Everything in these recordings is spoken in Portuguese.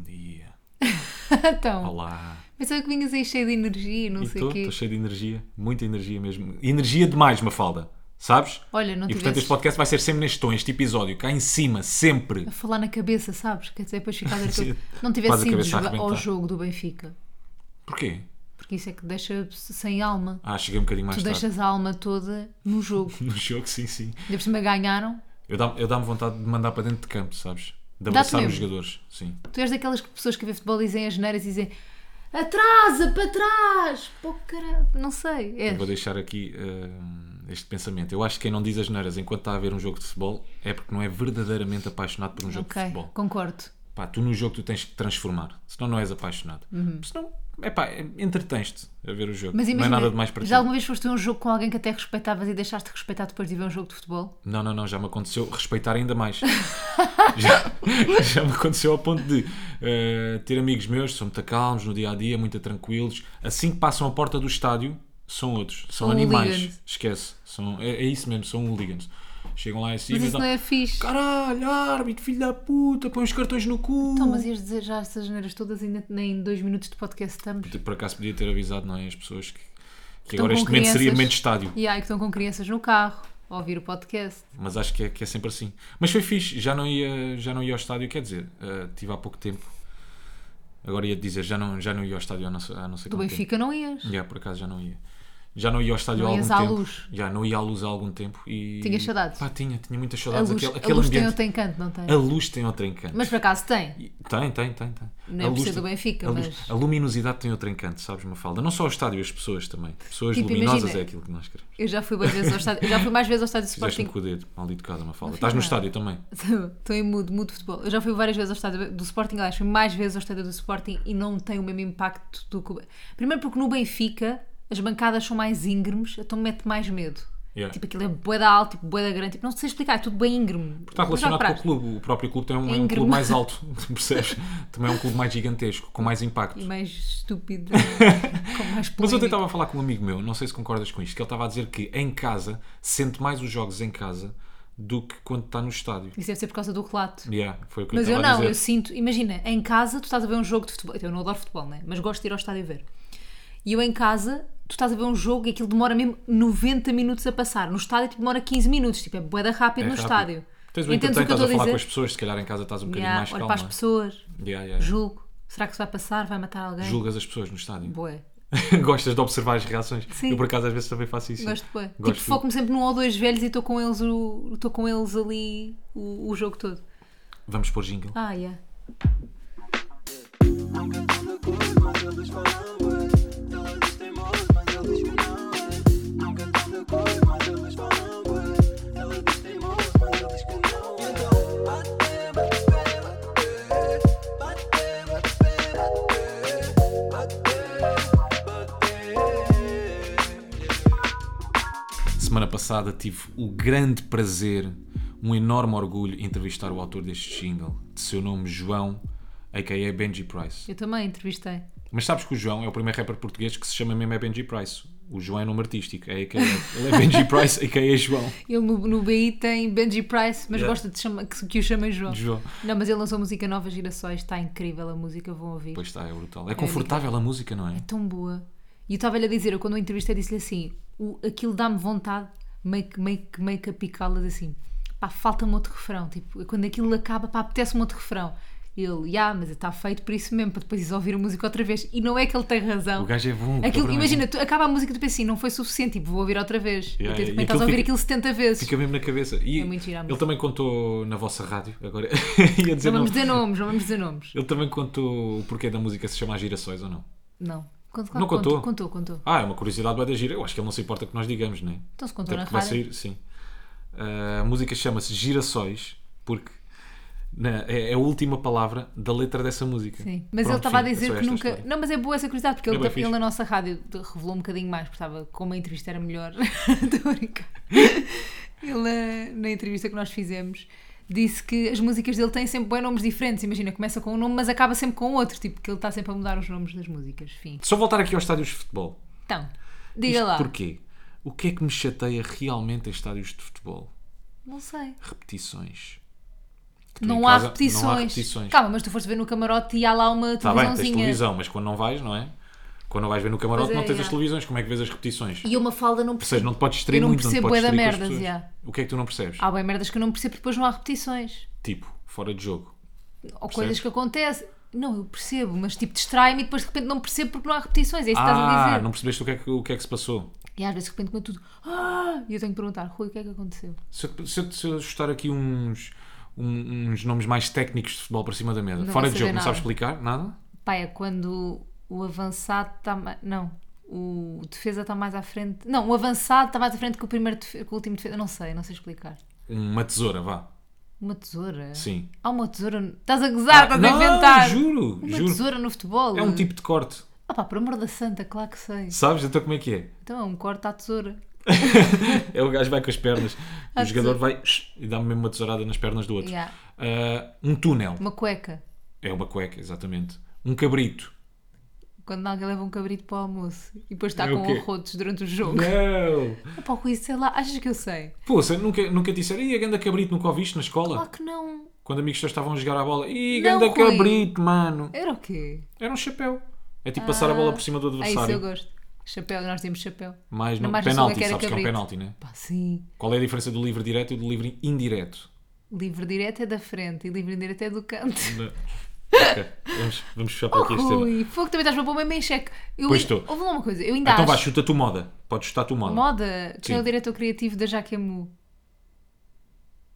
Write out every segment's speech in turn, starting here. dia. então, Olá. mas é que vinhas aí cheio de energia e não E sei tu? o quê. Estou cheio de energia. Muita energia mesmo. Energia demais, Mafalda. Sabes? Olha, não e portanto tivesses este podcast vai ser sempre neste tom, este episódio, cá em cima, sempre. a falar na cabeça, sabes? Quer dizer, depois ficas a ver Sim. tudo. Não Faz tivesse a ido cabeça jogar ao arrebentar. jogo do Benfica, Porquê? porque isso é que deixa sem alma. Ah, cheguei um bocadinho mais tu tarde. deixas a alma toda no jogo. No jogo, sim, sim. Ainda por cima ganharam. Eu dá- eu dá-me vontade de mandar para dentro de campo, sabes? De Dá-te abraçar os mesmo? jogadores, sim. Tu és daquelas pessoas que vê futebol e dizem as neiras e dizem atrasa, para trás, pô, caralho. Não sei. É, Eu És. vou deixar aqui hum, este pensamento. Eu acho que quem não diz as neiras enquanto está a ver um jogo de futebol é porque não é verdadeiramente apaixonado por um jogo Ok, de futebol. concordo. Pá, tu no jogo tu tens que transformar, senão não és apaixonado. Senão, é pá, é- entretens-te a ver o jogo. Uhum. Mas imagina, não é nada de mais para ti. já alguma vez foste a um jogo com alguém que até respeitavas e deixaste de respeitar depois de ver um jogo de futebol? Não, não, não, já me aconteceu respeitar ainda mais. já, já me aconteceu ao ponto de eh, ter amigos meus, são muito calmos no dia a dia, muito tranquilos. Assim que passam a porta do estádio, são outros, são, São animais. hooligans. Esquece, são, é, é isso mesmo, são hooligans. Chegam lá assim, Mas mas isso não é fixe. caralho, árbitro, filho da puta, põe os cartões no cu. Então, mas ias dizer já essas neiras todas e ainda nem dois minutos de podcast estamos. Por acaso podia ter avisado, não é? As pessoas que, que Estão agora com este momento seria crianças. momento de estádio. E aí que estão com crianças no carro, a ouvir o podcast. mas acho que é, que é sempre assim. Mas foi fixe, já não ia, já não ia ao estádio, quer dizer, eh, tive há pouco tempo. Agora ia dizer, já não, já não ia ao estádio há não, sei- há não sei Do quanto Benfica não ias. tempo. Já, por acaso já não ia. Já não ia ao estádio Não há algum ias à tempo. luz. Já não ia à luz há algum tempo e. Tinhas saudades? Pá, tinha, tinha muitas A saudades. luz, aquele a aquele luz tem ambiente. outro encanto, não tem? A luz tem outro encanto. Mas por acaso tem. E- Tem, tem, tem, tem. Não é A por luz ser do tem- Benfica, a luz- mas- A luminosidade tem outro encanto, sabes, Mafalda? Não só o estádio, as pessoas também. Pessoas Tipo, luminosas imagina- é aquilo que nós queremos. Eu já fui mais vezes ao estádio. Eu já fui mais vezes ao estádio do Fizeste-me Sporting. com o dedo, maldito casa, Mafalda. Estás no nada. estádio também. Estou em mudo, mudo de futebol. Eu já fui várias vezes ao estádio do Sporting, aliás, fui mais vezes ao estádio do Sporting e não tem o mesmo impacto do que. o- Primeiro porque no Benfica as bancadas são mais íngremes, então mete mais medo. Yeah. Tipo, aquilo é boeda alta, tipo, boeda grande, tipo, não sei explicar, é tudo bem íngreme. Está Mas ah, já relacionado com o reparaste? clube. O próprio clube tem um, é um Íngreme. clube mais alto, percebes? Também é um clube mais gigantesco, com mais impacto. E mais estúpido, com mais Mas ontem polémica. estava a falar com um amigo meu, não sei se concordas com isto, que ele estava a dizer que em casa sente mais os jogos em casa do que quando está no estádio. Isso deve ser por causa do relato. Yeah, foi o que Mas eu eu estava não, a eu dizer. sinto. Imagina, em casa tu estás a ver um jogo de futebol. Eu não adoro futebol, né? Mas gosto de ir ao estádio ver. E eu em casa, tu estás a ver um jogo e aquilo demora mesmo 90 minutos a passar. No estádio tipo, demora 15 minutos. Tipo, é boeda É rápido no rápido. estádio. Tens o entanto, Entendes o que eu estás a estou falar a com as dizer? pessoas, se calhar em casa estás um bocadinho Yeah, mais olho calma. para as pessoas, Yeah, yeah, yeah. julgo. Será que se vai passar? Vai matar alguém? Julgas as pessoas no estádio. Bué. Gostas de observar as reações? Sim. Eu por acaso às vezes também faço isso. Gosto de bué. Tipo, Gosto. foco-me sempre num ou dois velhos e estou com eles o- estou com eles ali o, o jogo todo. Vamos pôr jingle. Ah, yeah. Nunca estão de acordo, mas eles falam bué. Eles têm moço, mas eles que não é. Nunca estão de acordo, mas eles falam bué. Eles têm moço, mas eles que não é. Então, bate, bate, bate, bate. Bate, bate, bate, bate. Yeah. Semana passada tive o grande prazer, um enorme orgulho, em entrevistar o autor deste jingle, de seu nome João, a.k.a. Benji Price. Eu também entrevistei. Mas sabes que o João é o primeiro rapper português que se chama mesmo é Benji Price. O João é nome artístico, é a.k.a. Ele é Benji Price, a.k.a. João. Ele no, no BI tem Benji Price, mas Yeah. gosta de chama, que, que o chamem João. João. Não, mas ele lançou música Nova Gerações, está incrível a música, vão ouvir. Pois está, é brutal. É confortável a música, não é? É tão boa. E eu estava-lhe a dizer, eu quando o entrevistei disse-lhe assim: o, aquilo dá-me vontade, meio que, meio que, meio que a picá-las assim, pá, falta-me outro refrão. Tipo, quando aquilo acaba, pá, apetece-me outro refrão. E Ele, já, mas está feito por isso mesmo, para depois ir ouvir a música outra vez. E não é que ele tem razão. O gajo é bom. o Aquilo, cabrão é imagina, tu, acaba a música e tu pensas assim, não foi suficiente, tipo, vou ouvir outra vez. Yeah, e tu e também estás a aquilo ouvir fica- aquilo 70 vezes. Fica mesmo na cabeça. E É muito gira a música. é ele também contou na vossa rádio, agora ia dizer Não nome. vamos dizer nomes, não vamos dizer nomes. Ele também contou o porquê da música se chamar Girações ou não? Não. Conto, Não contou? Contou, contou. Ah, é uma curiosidade bem da gira. Eu acho que ele não se importa que nós digamos, não é? Então se Até contou na porque vai rádio. sair, sim. Ah, a música chama-se Giraçóis, porque na- é é a última palavra da letra dessa música. Sim. Mas ele Pronto, estava a fim, é dizer só que esta nunca. história. Não, mas é boa essa curiosidade, porque É ele, bem ta- fixe. ele na nossa rádio te- revelou um bocadinho mais, porque estava como a entrevista era melhor. Estou a brincar. Ele, eh, na entrevista que nós fizemos, disse que as músicas dele têm sempre bons nomes diferentes. Imagina, começa com um nome, mas acaba sempre com outro, tipo, que ele está sempre a mudar os nomes das músicas. Fim. Só voltar aqui aos estádios de futebol. Então, diga Isto lá. Porquê? O que é que me chateia realmente em estádios de futebol? Não sei. Repetições. Que porque em Não há, casa repetições. não há repetições. Calma, mas tu foste ver no camarote e há lá uma Está Tá bem, tens televisãozinha. televisão, mas quando não vais, não é? Quando não vais ver no camarote, Pois é, não tens já. as televisões. Como é que vês as repetições? e uma falda não Percebes? percebo. Não te podes distrair Eu não muito, não te percebo podes bué da distrair com as merdas, pessoas. já. Ah. O que é que tu não percebes? Há bem merdas que eu não percebo porque depois não há repetições. Tipo, fora de jogo. Ou coisas que acontecem. Não, eu percebo, mas tipo distrai-me e depois de repente não percebo porque não há repetições. É isso que estás a ah, dizer. não percebeste o que, é que, o que é que se passou? E às vezes de repente comer tudo. "Ah!" E eu tenho que perguntar, Rui, o que é que aconteceu? Se eu, se eu- se eu ajustar aqui uns, um- uns nomes mais técnicos de futebol para cima da mesa, Não fora vou de saber jogo, não nada. sabes explicar? Nada? Pá, é quando o avançado está. ma- Não, o defesa está mais à frente. Não, o avançado está mais à frente que o, primeiro defe- que o último defesa. Não sei, não sei explicar. Uma tesoura, vá. Uma tesoura? Sim. Ah, Há uma tesoura. no- Estás a gozar, Ah, estás a não, inventar. juro, Uma juro. tesoura no futebol. É um tipo de corte. Ah, pá, por amor da santa, claro que sei. Sabes? Então como é que é? Então é um corte à tesoura. É o gajo vai com as pernas. Ah, o jogador vai shh, e dá-me mesmo uma tesourada nas pernas do outro. Yeah. Ah, um túnel. Uma cueca. É uma cueca, exatamente. Um cabrito. Quando alguém leva um cabrito para o almoço e depois está É o com quê? arrotos durante o jogo. Não! Ah, Pá, Rui, sei lá, achas que eu sei? Poça, nunca, nunca te disseram, ih, a ganda cabrito nunca ouviste na escola? Claro que não. Quando amigos teus estavam a jogar a bola, ih, Não, ganda Rui. cabrito, mano. Era o quê? Era um chapéu. É tipo passar a bola por cima do É isso eu adversário. gosto. Chapéu, nós temos chapéu. Mas Na não, margem sul é penalti, que era sabes que é um cabrito. penalti, né? Pá, sim. Qual é a diferença do livre direto e do livre indireto? Livre direto é da frente e livre indireto é do canto. Ok, vamos, vamos fechar por Oh, aqui este tema. Rui, fogo, também estás para pôr mesmo em xeque. Eu, Pois estou. Houve lá uma coisa, eu ainda Então vá, acho. chuta tu moda. Podes chutar tu moda. Moda, que é o Sim. diretor criativo da Jaquemu.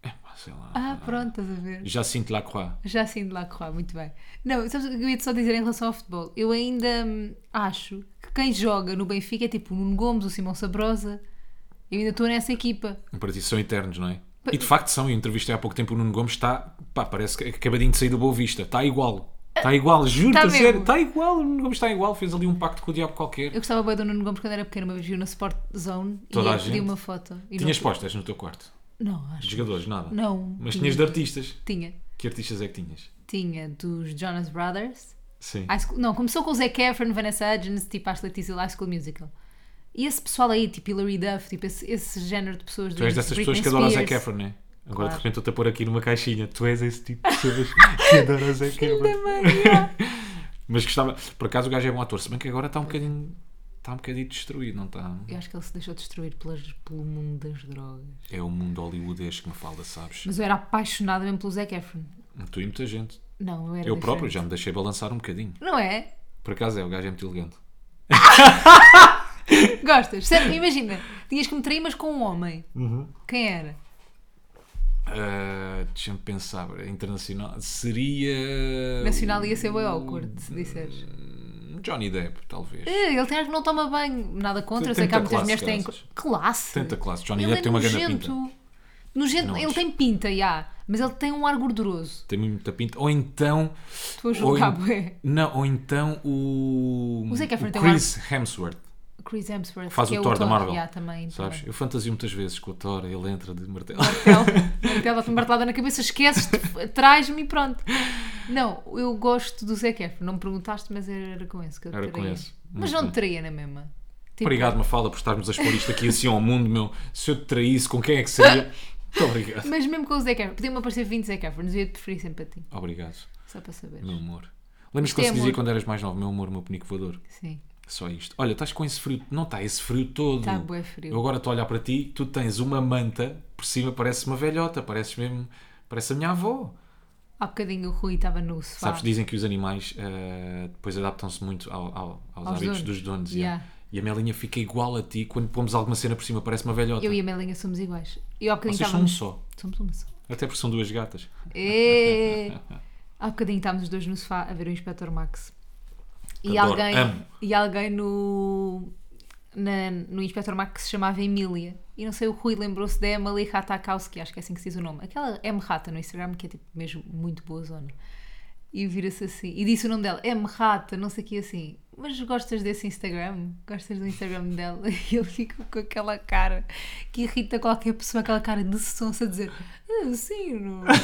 É, pá, sei lá. Ah, pronto, estás a ver. Jacinto Lacroix. Já assim de Lacroix, muito bem. Não, sabes o que eu ia só dizer em relação ao futebol? Eu ainda hum, acho que quem joga no Benfica é tipo o Nuno Gomes, o Simão Sabrosa. Eu ainda estou nessa equipa. Para ti são eternos, não é? E de facto são. Eu entrevistei há pouco tempo o Nuno Gomes. Está, pá, parece que é acabadinho de sair do Boa Vista. Está igual. Está igual, juro-te Está a sério. mesmo. Está igual. O Nuno Gomes está igual. Fez ali um pacto com o diabo qualquer. Eu gostava bem do Nuno Gomes quando era pequena, uma vez viu na Sport Zone Toda e a eu pedi gente. uma foto. E Tinhas não... postas no teu quarto? Não, De acho. jogadores, nada? Não. Mas tinha- tinhas de artistas. Tinha. Que artistas é que tinhas? Tinha dos Jonas Brothers. Sim. High School- não, começou com o Zac Efron, Vanessa Hudgens, tipo Ashley Tisdale, High School Musical. E esse pessoal aí, tipo Hilary Duff, tipo esse, esse género de pessoas. tu és dessas pessoas que adoram o Zac Efron, não é? Agora de Claro. repente estou-te a pôr aqui numa caixinha. Tu és esse tipo de pessoas que adoram o Zac Efron. Mas gostava. Por acaso o gajo é bom ator. Se bem que agora está um bocadinho. Está um bocadinho destruído, não está? Eu acho que ele se deixou destruir pelas, pelo mundo das drogas. É o mundo hollywoodês que me fala, sabes? Mas eu era apaixonada mesmo pelo Zac Efron. Tu e muita gente. Não, eu era Eu diferente. próprio já me deixei balançar um bocadinho. Não é? Por acaso é, o gajo é muito elegante. Gostas? Sério, imagina, tinhas que me trair, mas com um homem. Uhum. Quem era? Ah, Deixa-me pensar, internacional. Seria. Nacional ia ser bem awkward, se disseres. Johnny Depp, talvez. Eh, Ele tem, não toma banho, nada contra. Tem- Eu sei tem que há muita muitas mulheres classe, que têm classe. Tanta classe. Johnny Ele Depp é tem uma grande nojento. pinta. Nojento, Não ele acho. tem pinta, já, mas ele tem um ar gorduroso. Tem muita pinta. Ou então. Estou a Ou, julgar, en- bué. Não, ou então o. O Zac Efron tem um Chris Hemsworth, Chris Hemsworth, Faz que o é Thor da Marvel. já, também. sabes? também. Eu fantasio muitas vezes com o Thor, ele entra de martelo. Martelo, martelo, martelada na cabeça, esqueces, traz-me e pronto. Não, eu gosto do Zac Efron. Não me perguntaste, mas era com esse que eu te Era com traía. esse. Mas Muito não bem. te traía na mesma. Tipo, Obrigado, Mafalda, por estarmos a expor isto aqui assim ao mundo, meu. Se eu te traísse, com quem é que seria? Muito obrigado. Mas mesmo com o Zac Efron, podia-me aparecer 20 Zac Efrons e eu ia te preferir sempre a ti, Obrigado, só para saber. meu amor. Lembras Isto que é se dizia amor. quando eras mais novo, meu amor, meu penico voador? Sim, Só isto. Olha, estás com esse frio. Não está esse frio todo. Está Tá bué frio. Eu agora estou a olhar para ti, tu tens uma manta, por cima parece uma velhota, pareces mesmo. Parece a minha avó. há bocadinho o Rui estava no sofá. Sabes, dizem que os animais eh, depois adaptam-se muito ao- ao- aos, Aos hábitos donos. dos donos. yeah. Yeah. E a Melinha fica igual a ti quando pomos alguma cena por cima, parece uma velhota. Eu e a Melinha somos iguais. Eu há bocadinho Vocês são um estávamos. só. Somos uma só. Até porque são duas gatas. É. Há bocadinho estávamos os dois no sofá a ver o Inspector Max. E Adoro, alguém, amo. e alguém no, na- no Inspector Max que se chamava Emília. E não sei, o Rui lembrou-se da Emily Ratakowski, acho que é assim que se diz o nome. Aquela M Rata no Instagram, que é tipo mesmo muito boa zona. E vira-se assim. E disse o nome dela, M Rata, não sei o que assim. Mas gostas desse Instagram? Gostas do Instagram dela? E ele fica com aquela cara que irrita qualquer pessoa, aquela cara de sonsa a dizer: "Ah, Sim, não,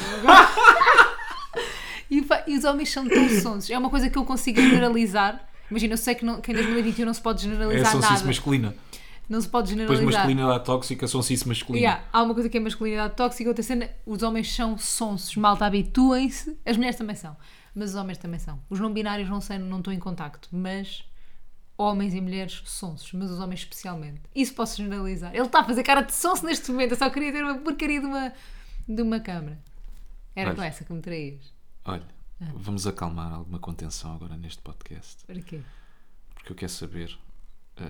e, fa- e os homens são tão sonsos. É uma coisa que eu consigo generalizar. Imagina, eu sei que, um não, que em 2021 não se pode É a generalizar sonsice nada. masculina. não se pode Depois generalizar. masculinidade tóxica, sonsice masculina. Yeah, há uma coisa que é masculinidade tóxica, outra cena, os homens são sonsos, malta, habituem-se. As mulheres também são, mas os homens também são. Os não binários não sei, não estou em contacto, mas homens e mulheres sonsos, mas os homens especialmente. Isso posso generalizar. Ele está a fazer cara de sonso neste momento, eu só queria ter uma porcaria de uma, de uma câmara. Era Olha. com essa que me traías. Olha, vamos acalmar alguma contenção agora neste podcast. Para quê? Porque eu quero saber. eh,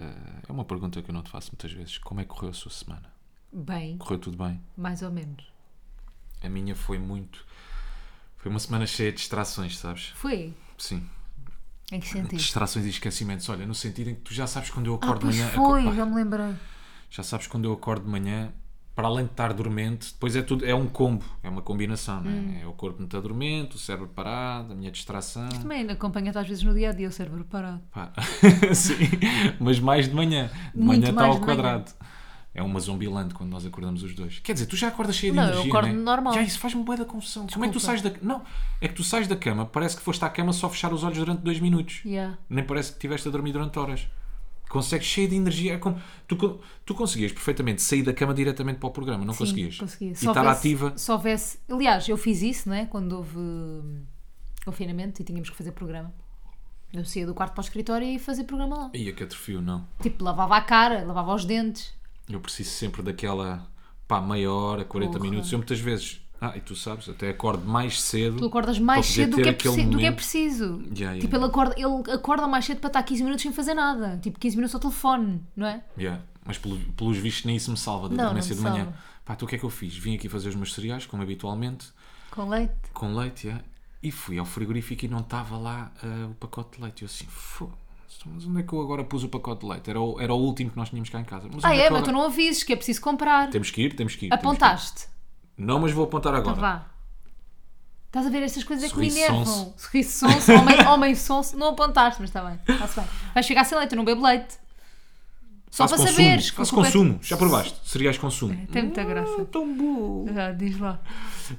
é uma pergunta que eu não te faço muitas vezes. Como é que correu a sua semana? Bem, Correu tudo bem? mais ou menos. A minha foi muito. Foi uma semana cheia de distrações, sabes? Foi? Sim. Em que sentido? Distrações e esquecimentos. Olha, no sentido em que tu já sabes quando eu Ah, acordo pois de manhã. foi, aco- pá, já me lembrei. já sabes quando eu acordo de manhã, para além de estar dormente, depois é tudo, é um combo, é uma combinação, não é? Hum. É o corpo muito dormente, o cérebro parado, a minha distração. Também acompanha-te às vezes no dia a dia, o cérebro parado. Pá, Sim, mas mais de manhã. De Muito manhã está mais ao de manhã. quadrado. É uma zombilante quando nós acordamos os dois. Quer dizer, tu já acordas cheia de Não, eu energia, acordo né? normal. Já isso faz-me bué da confusão. Como é que tu sais Desculpa. da Não, é que tu sais da cama, parece que foste à cama só fechar os olhos durante dois minutos. Yeah. Nem parece que estiveste a dormir durante horas. Consegues cheia de energia. É como... tu, con- tu conseguias perfeitamente sair da cama diretamente para o programa, não Sim, conseguias? conseguia. E Se estar houvesse- ativa. Se houvesse. Aliás, eu fiz isso, né? Quando houve hum, confinamento e tínhamos que fazer programa. Eu saía do quarto para o escritório e ia fazer programa lá. Ia é que atrofio, não. Tipo, lavava a cara, lavava os dentes. Eu preciso sempre daquela pá, meia hora, 40 Porra. minutos. Eu muitas vezes, ah, e tu sabes, até acordo mais cedo. Tu acordas mais para poder cedo do ter que, é aquele preciso, do que é momento. preciso. Yeah, yeah, tipo, Ele, acorda, ele acorda mais cedo para estar 15 minutos sem fazer nada. Tipo, 15 minutos ao telefone, não é? Yeah. Mas pelo- pelos vistos nem isso me salva da Não, dormência de não me manhã. salva. Pá, tu o que é que eu fiz? Vim aqui fazer os meus cereais, como habitualmente, Com leite. com leite, yeah. e fui ao frigorífico e não estava lá ah, o pacote de leite. Eu assim, foda mas onde é que eu agora pus o pacote de leite? Era o, era o último que nós tínhamos cá em casa. Mas Ah, onde é, que eu mas tu agora- não avises que é preciso comprar. Temos que ir, temos que ir. temos que ir. Apontaste. Não, mas vou apontar agora. Então vá. Estás a ver estas coisas é que me Sorriso enervam. sonso. Sorriso sonso, homem, homem sonso. Não apontaste, mas está bem. Está-se bem. Vais chegar sem leite, eu não bebo leite. Só Faço para consumo, saberes. que Faço o corpo é- consumo, já provaste. Cereais consumo. Tem muita graça. Tão bom. Já, diz lá.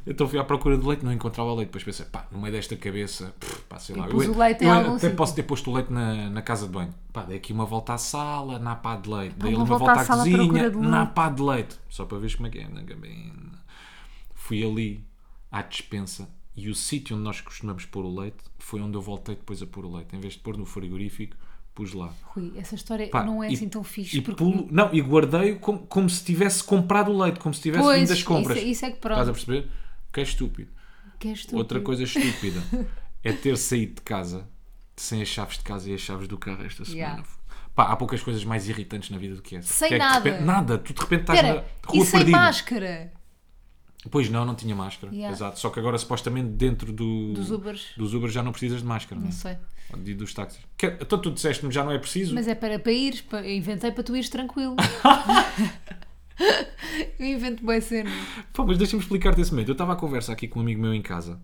Então fui à procura de leite, não encontrava leite. Depois pensei, pá, no meio desta cabeça, pff, pá, sei E lá. pus o leite em eu algum até sítio. posso ter posto o leite na, na casa de banho. Pá, dei aqui uma volta à sala, na pá de leite. Dei uma ali uma volta à volta à sala à procura cozinha, de um na leite. pá de leite. Só para veres como é que é. na cabina. Fui ali à despensa e o sítio onde nós costumamos pôr o leite foi onde eu voltei depois a pôr o leite. Em vez de pôr no frigorífico, pus lá. Rui, essa história Pá, não é e- assim tão fixe. E porque... pulo- não, e guardei-o como, como se tivesse comprado o leite, como se tivesse Pois, vindo das compras. isso- isso é que prova. Estás a perceber? Que é estúpido. Que és tu. Outra coisa estúpida é ter saído de casa sem as chaves de casa e as chaves do carro esta semana. Yeah. Pá, há poucas coisas mais irritantes na vida do que essa. Sem Que é que de nada. repente- nada, tu de repente estás na Espera, rua e sem perdida. máscara? Pois não, não tinha máscara. Yeah. Exato. Só que agora supostamente dentro do, Dos Ubers. dos Ubers já não precisas de máscara, não é? Não sei. E dos táxis. Que- Então tu disseste-me já não é preciso. Mas é para, para ires, pa- eu inventei para tu ires tranquilo. eu invento boas cenas. Pá, mas deixa-me explicar-te esse momento. Eu estava à conversa aqui com um amigo meu em casa.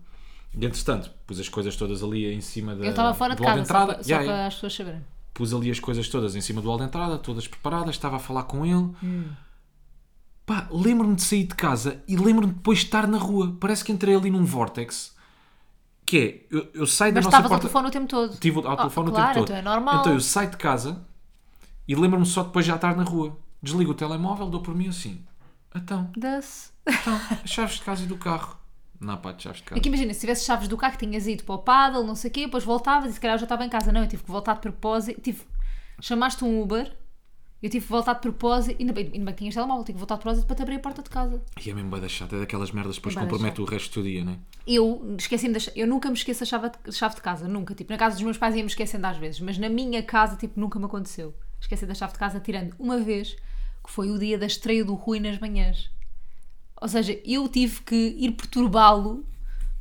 E entretanto, pus as coisas todas ali em cima da. Eu estava fora de do hall casa, só entrada. para- só Yeah, para yeah. as pessoas saberem. Pus ali as coisas todas em cima do hall de entrada, todas preparadas, estava a falar com ele. Hum. Pá, lembro-me de sair de casa e lembro-me depois de estar na rua. Parece que entrei ali num vórtex. Que é, eu, eu saio Mas da nossa estavas ao porta. telefone o tempo todo. Estive ao Ah, telefone o claro, tempo todo. então é normal. Então eu saio de casa e lembro-me só depois de já estar na rua. Desligo o telemóvel, dou por mim assim. Então, Dá-se. então, as chaves de casa e do carro. Não, pá, de chaves de casa. Aqui imagina, se tivesse chaves do carro, tinhas ido para o paddle, não sei o quê, depois voltavas e se calhar eu já estava em casa. Não, eu tive que voltar de propósito. Tive... Chamaste um Uber, eu tive que voltar de propósito. Ainda bem, ainda bem que tinhas telemóvel, tive que voltar de propósito para te abrir a porta de casa. E é mesmo bué da chata, é daquelas merdas que depois É bué da compromete o resto do teu dia, né? Eu esqueci-me da cha- Eu nunca me esqueço a chave de, chave de casa, nunca. Tipo, na casa dos meus pais ia-me esquecendo às vezes, mas na minha casa, tipo, nunca me aconteceu. Esqueci da chave de casa, tirando uma vez, que foi o dia da estreia do Rui nas manhãs. Ou seja, eu tive que ir perturbá-lo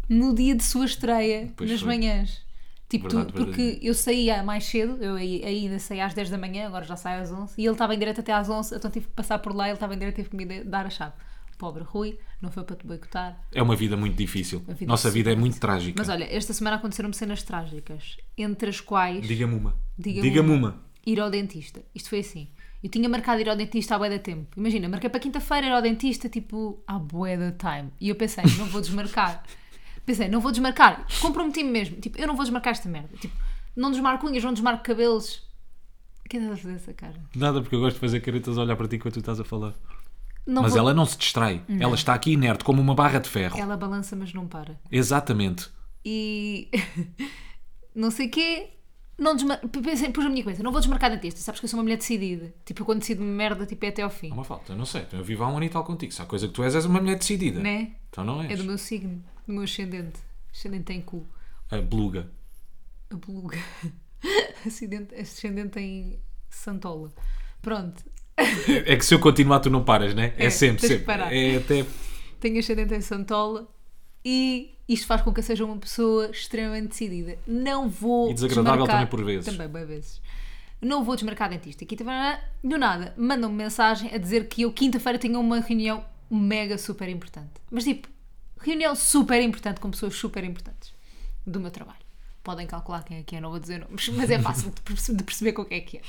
no dia de sua estreia Pois nas foi. manhãs. Tipo, tu- Verdade, verdade. porque eu saía mais cedo, eu ai- ainda saía às 10 da manhã, agora já saio às 11, e ele estava em direto até às 11, então tive que passar por lá, ele estava em direto e tive que me de- dar a chave. Pobre Rui, não foi para te boicotar, É uma vida muito difícil. A vida Nossa é super vida é muito trágica. mas olha, esta semana aconteceram-me cenas trágicas, entre as quais Diga-me uma. Diga-me Diga-me uma. ir ao dentista. Isto foi assim. Eu tinha marcado ir ao dentista à bué da tempo. Imagina, marquei para quinta-feira ir ao dentista, tipo, à bué da time. E eu pensei, não vou desmarcar. pensei, não vou desmarcar. Comprometi-me mesmo. Tipo, eu não vou desmarcar esta merda. Tipo, não desmarco unhas, não desmarco cabelos. que estás a fazer essa cara? Nada, porque eu gosto de fazer caretas a olhar para ti quando tu estás a falar. Não Mas vou- É. ela não se distrai. Ela está aqui inerte, como uma barra de ferro. ela balança, mas não para. Exatamente. e não sei quê. Não desma... Pensei, pus a minha cabeça, não vou desmarcar da testa, sabes que eu sou uma mulher decidida. Tipo, eu quando decido uma merda, tipo, é até ao fim. Há uma falta, eu não sei. Eu vivo há um ano e tal contigo. Se há coisa que tu és, és uma mulher decidida. Né? Então não és. É do meu signo, do meu ascendente. Ascendente tem cu. A beluga. A beluga. Ascendente, ascendente tem santola. Pronto, É que se eu continuar, tu não paras, né? É, É, sempre, tens que sempre. parar. Ah, É até. tenho ascendente em santola e isto faz com que eu seja uma pessoa extremamente decidida. Não vou E desagradável desmarcar- também por vezes. Também, bem vezes. Não vou desmarcar dentista. Aqui também do nada, mandam-me mensagem a dizer que eu quinta-feira tenho uma reunião mega super importante. Mas tipo, reunião super importante com pessoas super importantes do meu trabalho. Podem calcular quem é que é, não vou dizer nomes, mas é fácil de perce- de perceber com quem é que é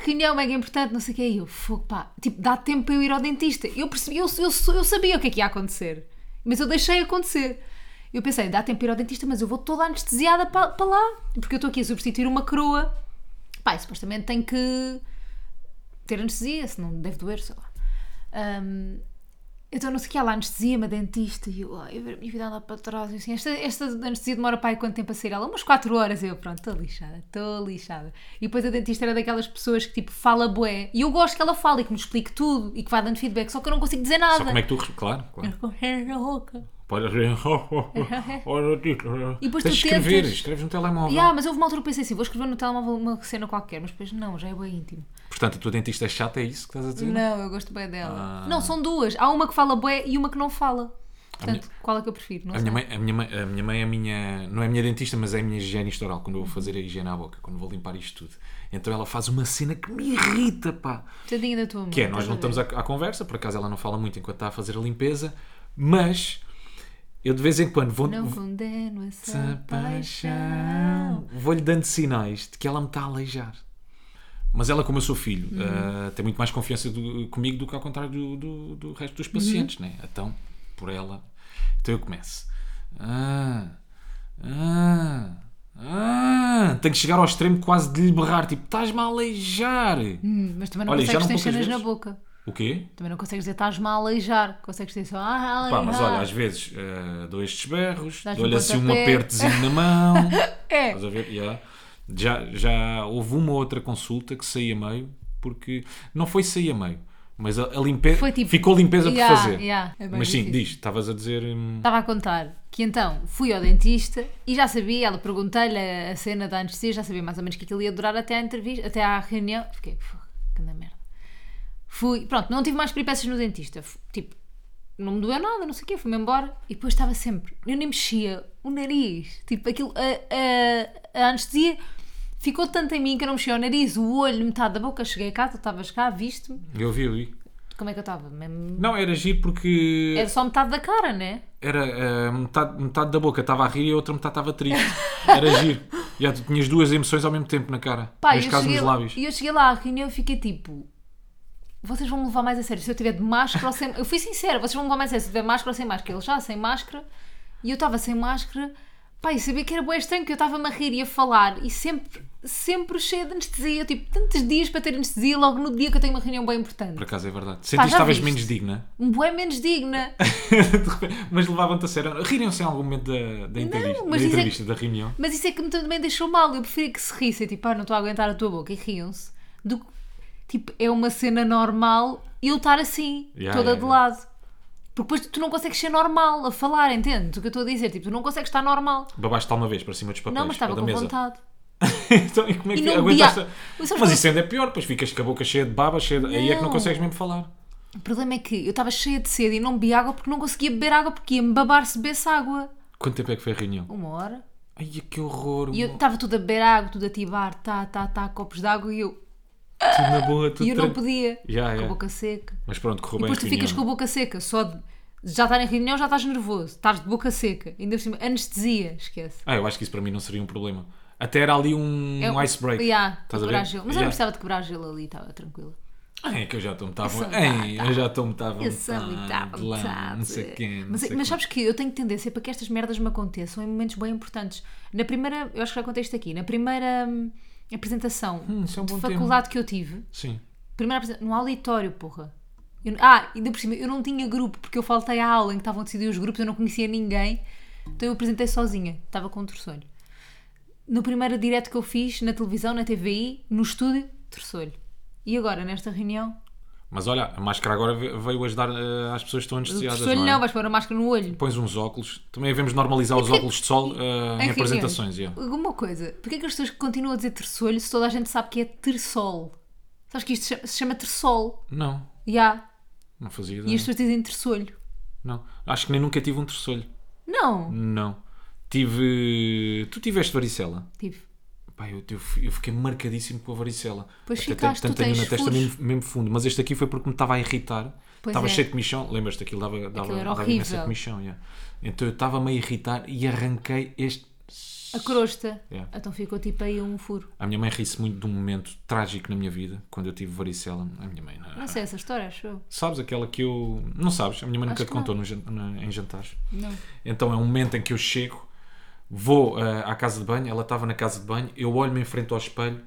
reunião mega importante, não sei o que, e eu, fogo, pá, tipo, dá tempo para eu ir ao dentista. Eu percebi, eu, eu, eu sabia o que é que ia acontecer, mas eu deixei acontecer. Eu pensei, dá tempo para ir ao dentista, mas eu vou toda anestesiada para, para lá, porque eu estou aqui a substituir uma coroa. Pá, e supostamente tenho que ter anestesia, senão deve doer, sei lá. Ahm, então não sei o que, há lá anestesia, uma dentista, e eu, ai, eu ver a minha vida andar para trás, e assim, esta, esta anestesia demora para aí quanto tempo a sair? Ela, umas 4 horas, e eu, pronto, estou lixada, estou lixada. E depois a dentista era daquelas pessoas que tipo, fala bué, e eu gosto que ela fale e que me explique tudo, e que vá dando feedback, só que eu não consigo dizer nada. Só como é que tu. res- Claro, claro. Pode. Ora, digo, ora. E depois Tens tu de escrever, tentas- escreves no telemóvel. Yeah, mas houve uma altura que eu pensei assim, vou escrever no telemóvel uma cena qualquer, mas depois não, já é bem íntimo. Portanto, a tua dentista é chata, é isso que estás a dizer? Não, eu gosto bem dela. Ah. Não, são duas. Há uma que fala bué e uma que não fala. Portanto, qual é que eu prefiro? Não A sei. minha, mãe, a, minha mãe, a minha mãe é a minha. Não é a minha dentista, mas é a minha higienista oral, quando eu vou fazer a higiene à boca, quando vou limpar isto tudo. Então ela faz uma cena que me irrita, pá. Tadinha da tua mãe. Que é, estás nós a não ver? estamos à, à conversa, por acaso ela não fala muito enquanto está a fazer a limpeza, mas eu de vez em quando vou. Não vou- condeno essa essa paixão. paixão. Vou-lhe dando sinais de que ela me está a aleijar. Mas ela, como eu sou filho, Uhum. eh, tem muito mais confiança do- comigo do que ao contrário do, do- do resto Uhum. dos pacientes, né? Então, por ela. Então eu começo. Ah, ah, ah. Tenho que chegar ao extremo quase de lhe berrar, tipo, estás-me a aleijar. Hum, mas também não Olha, e já consegues não poucas ter cenas na vezes? boca. O quê? Também não consegues dizer estás-me a aleijar. Consegues dizer só ah, Pá, aleijar. mas olha, às vezes eh, dou estes berros, Dás-lhe dou-lhe um assim um pontapé. apertezinho na mão. É. Estás a ver? Yeah. Já, já houve uma outra consulta que saí a meio, porque não foi sair a meio, mas a, limpeza Foi tipo- ficou limpeza Yeah, por fazer. yeah, é bem mas sim, difícil. diz, estavas a dizer hum, Estava a contar que então fui ao dentista e já sabia, ela perguntei-lhe a cena da anestesia, já sabia mais ou menos que aquilo ia durar até à entrevista, até à reunião. Fiquei, "Pô, que da merda. Fui, pronto, não tive mais peripécias no dentista. F- Tipo, não me doeu nada, não sei o quê, fui-me embora e depois estava sempre, eu nem mexia o nariz, tipo, aquilo, a, a- a anestesia ficou tanto em mim que eu não mexia o nariz, o olho, metade da boca. Cheguei a casa, tu estavas cá, viste-me. eu vi ali. Como é que eu estava? Mesmo- Não, era giro porque Era só metade da cara, né? era eh, metade, metade da boca estava a rir e a outra metade estava triste. Era giro. Já tu tinhas duas emoções ao mesmo tempo na cara. Pá, Neste eu caso, cheguei, nos lábios. E eu cheguei lá à reunião e fiquei tipo. Vocês vão me levar mais a sério se eu tiver de máscara ou sem. Eu fui sincera, vocês vão me levar mais a sério se eu tiver máscara ou sem máscara. Eles já sem máscara e eu estava sem máscara. Pá, e sabia que era bué estranho, que eu estava-me a rir e a falar e sempre, sempre cheia de anestesia. Eu, tipo, tantos dias para ter anestesia logo no dia que eu tenho uma reunião bem Por importante. acaso, é verdade. Sentiste que já estavas viste. menos digna. Um bué menos digna. De repente- mas levavam-te a sério. Riram-se em algum momento da, da entrevista, mas da, isso é entrevista da reunião. Mas isso é que me também deixou mal. Eu preferia que se rissem, tipo, ah, não estou a aguentar a tua boca e riam-se, do que, tipo, é uma cena normal eu estar assim, Yeah, toda yeah, de yeah. lado. Porque depois tu não consegues ser normal a falar, entendes? O que eu estou a dizer, tipo, tu não consegues estar normal. Babaste uma vez para cima dos papéis não, mas estava ou da com mesa. vontade. então, e como é E que não aguentaste? dia- Mas sabes Mas qual- isso ainda é pior, pois ficas com a boca cheia de baba, cheia de... aí é que não Não. consegues mesmo falar. O problema é que eu estava cheia de sede e não bebi água porque não conseguia beber água porque ia-me babar se bebesse água. Quanto tempo é que foi a reunião? Uma hora. Ai, é que horror, E eu mano. estava tudo a beber água, tudo a tibar, tá, tá, tá, copos de água e eu, tudo na boa, tudo e eu não tranquilo. podia. Já, Com já. a boca seca. Mas pronto, correu E bem a depois tu reunião. ficas com a boca seca, só de já estar em reunião já estás nervoso, estás de boca seca, ainda por cima, anestesia, esquece. Ah, eu acho que isso para mim não seria um problema. Até era ali um É um- icebreak. Yeah, Estás a ver? quebrar gelo. Mas eu não Yeah. precisava de quebrar gelo ali, estava tranquila. Ai, é que eu já estou-me estava. sou- um Ei, eu já estou-me tá estava. Eu sou muito à Não sei vontade. quem. Mas, mas é- sabes que eu tenho tendência para que estas merdas me aconteçam em momentos bem importantes. Na primeira, eu acho que já contei isto aqui, na primeira hum, apresentação Hum, isso é um de bom tema. faculdade que eu tive, Sim. primeira apresentação, no auditório, porra. Eu- ah, ainda por cima, eu não tinha grupo, porque eu faltei à aula em que estavam a decidir os grupos, eu não conhecia ninguém, então eu apresentei sozinha, estava com um terçolho. No primeiro direto que eu fiz, na televisão, na TVI, no estúdio, terçolho. E agora, nesta reunião, Mas olha, a máscara agora ve- veio ajudar eh, às pessoas que estão anestesiadas, terçolho não é? não, vais pôr a máscara no olho. Pões uns óculos. Também devemos normalizar É os óculos de sol eh, em reuniões. apresentações. yeah. Alguma coisa. Porquê é que as pessoas continuam a dizer terçolho se toda a gente sabe que é terçol? Sabes que isto se chama- se chama terçol? Não, Já. não fazia E ideia. as pessoas dizem terçolho. Não. Acho que nem nunca tive um terçolho. Não. Não. Tive. Tu tiveste varicela? Tive. Pá, eu, eu fi- eu fiquei marcadíssimo com a varicela. Pois Até ficaste, tenho- tu tenho tens na testa furos. mesmo, mesmo fundo. Mas este aqui foi porque me estava a irritar. Pois estava é. cheio de comichão. Lembras-te, aquilo dava, dava, era dava imensa horrível. comichão. yeah. Então eu estava-me a irritar e arranquei este. A crosta. Yeah. Então ficou tipo aí um furo. A minha mãe ri-se muito de um momento trágico na minha vida, quando eu tive varicela. A minha mãe. não- é? Não sei essa história, acho eu. Sabes aquela que eu. Não sabes, a minha mãe Acho nunca te que não. contou no jan- na- em jantares. Não. Então é um momento em que eu chego, vou eh, à casa de banho, ela estava na casa de banho, eu olho-me em frente ao espelho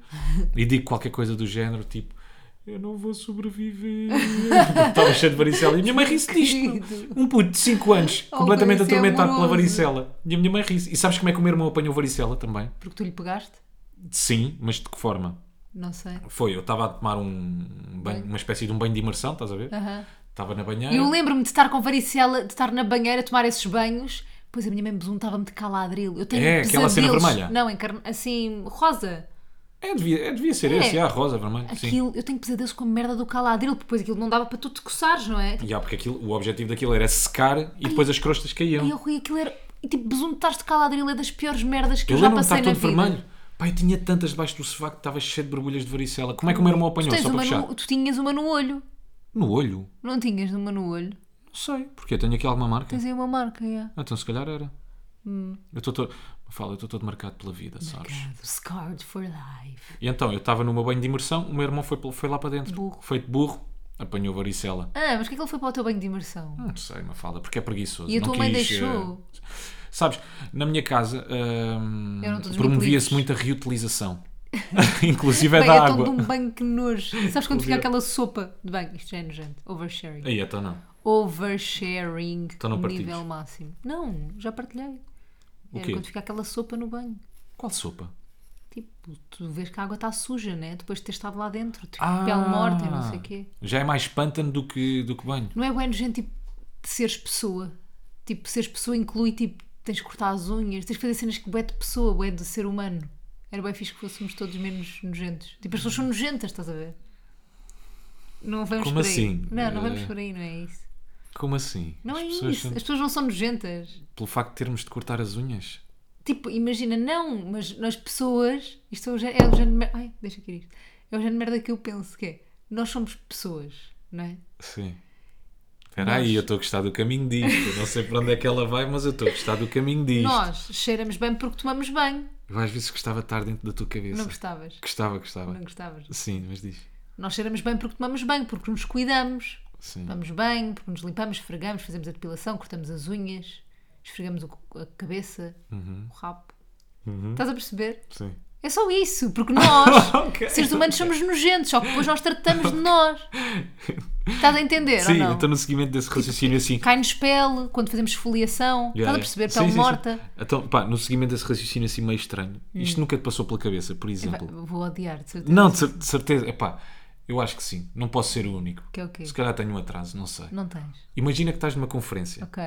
e digo qualquer coisa do género, tipo. Eu não vou sobreviver. Estava cheio de varicela. E a minha mãe ri-se disto. Querido. Um puto de 5 anos, Oh, completamente mas isso é atormentado pela amoroso. varicela. E a minha mãe ri-se. E sabes como é que o meu irmão apanhou varicela também? Porque tu lhe pegaste? Sim, mas de que forma? Não sei. Foi, eu estava a tomar um banho, uma espécie de um banho de imersão, estás a ver? Aham. Estava na banheira. É. E eu lembro-me de estar com varicela, de estar na banheira, a tomar esses banhos. Pois a minha mãe besuntava-me de caladril. Eu tenho É, aquela cena pesadelos. vermelha. Não, em carne- assim, rosa. É, devia, é, devia ser É. esse, é, a rosa, vermelho. Sim. Aquilo, eu tenho pesadelos com a merda do caladril, porque depois aquilo não dava para tu te coçares, não é? E há, porque aquilo, o objetivo daquilo era secar e depois as crostas caíam. E eu Rui, aquilo era. E tipo, besuntar de caladril é das piores merdas que eu, eu já lembro-me de passei estar na todo vida. vermelho. Pai, eu tinha tantas debaixo do sovaco que estava cheio de borbulhas de varicela. Como é que o meu irmão Tu, apanhou? tens Só para uma fechar. no- tu tinhas uma no olho. No olho? Não tinhas uma no olho. Não sei, porque eu tenho aqui alguma marca. Tens Hum. aí uma marca, é. Ah, Então se calhar era. Eu estou todo. Fala, eu estou todo marcado pela vida, sabes? Scarred for life. E então, eu estava no meu banho de imersão, o meu irmão foi, pelo- foi lá para dentro. Burro. Feito burro, apanhou varicela. Ah, mas o que é que ele foi para o teu banho de imersão? Não sei, Mafalda, porque é preguiçoso. E a não tua mãe quis, deixou? eh, Sabes, na minha casa hum, Eram todos promovia-se biclifes. muito a reutilização. Inclusive é Bem, da é todo água. de um banho que nojo. Sabes quando fica Inclusive- aquela sopa de banho? Isto já é nojento. Oversharing. Aí, então não. Oversharing. Então não partilhes? nível máximo. Não, já partilhei. O Era quê? quando fica aquela sopa no banho. Qual sopa? Tipo, tu vês que a água está suja, né? Depois de ter estado lá dentro, tipo, Ah! pele morta, e não sei o quê. Já é mais pântano do que, do que banho. Não é bueno, gente, tipo, de seres pessoa. Tipo, seres pessoa inclui, tipo, tens de cortar as unhas, tens de fazer cenas que bué de pessoa, bué de ser humano. Era bem fixe que fôssemos todos menos nojentos. Tipo, as pessoas são nojentas, estás a ver? Não vamos Como por aí. assim? Não, não vamos Eh, por aí, não é isso. Como assim? Não As é pessoas isso. são- As pessoas não são nojentas. Pelo facto de termos de cortar as unhas? Tipo, imagina, não, mas nas pessoas, isto é o género, é o género de merda. Ai, deixa aqui isto. É o género de merda que eu penso que é. Nós somos pessoas, não é? Sim. Espera aí, eu estou a gostar do caminho disto. Eu Não sei para onde é que ela vai, mas eu estou a gostar do caminho disto. Nós cheiramos bem porque tomamos banho. Eu às vezes gostava de estar dentro da tua cabeça. Não gostavas? Gostava, gostava. Não gostavas? Sim, mas diz. Nós cheiramos bem porque tomamos banho, porque nos cuidamos. Sim. Tomamos banho, porque nos limpamos, esfregamos, fazemos a depilação, cortamos as unhas, esfregamos o co- a cabeça, Uhum. o rabo. Estás a perceber? Sim. É só isso, porque nós, Ok. seres humanos, somos nojentos, só que depois nós tratamos de nós. Estás a entender Sim, ou não? Tipo, então no seguimento desse raciocínio assim. Cai-nos pele quando fazemos esfoliação, Yeah, yeah. estás a perceber? Sim, Pele sim, sim. morta. Hum. Então, pá, no seguimento desse raciocínio assim meio estranho, isto nunca te passou pela cabeça, por Vai- exemplo? Vou odiar, de certeza. Não, de, cer- de certeza. Epá, eu acho que sim. Não posso ser o único. Que é o quê? Se calhar tenho um atraso, não sei. Não tens. Imagina que estás numa conferência Ok.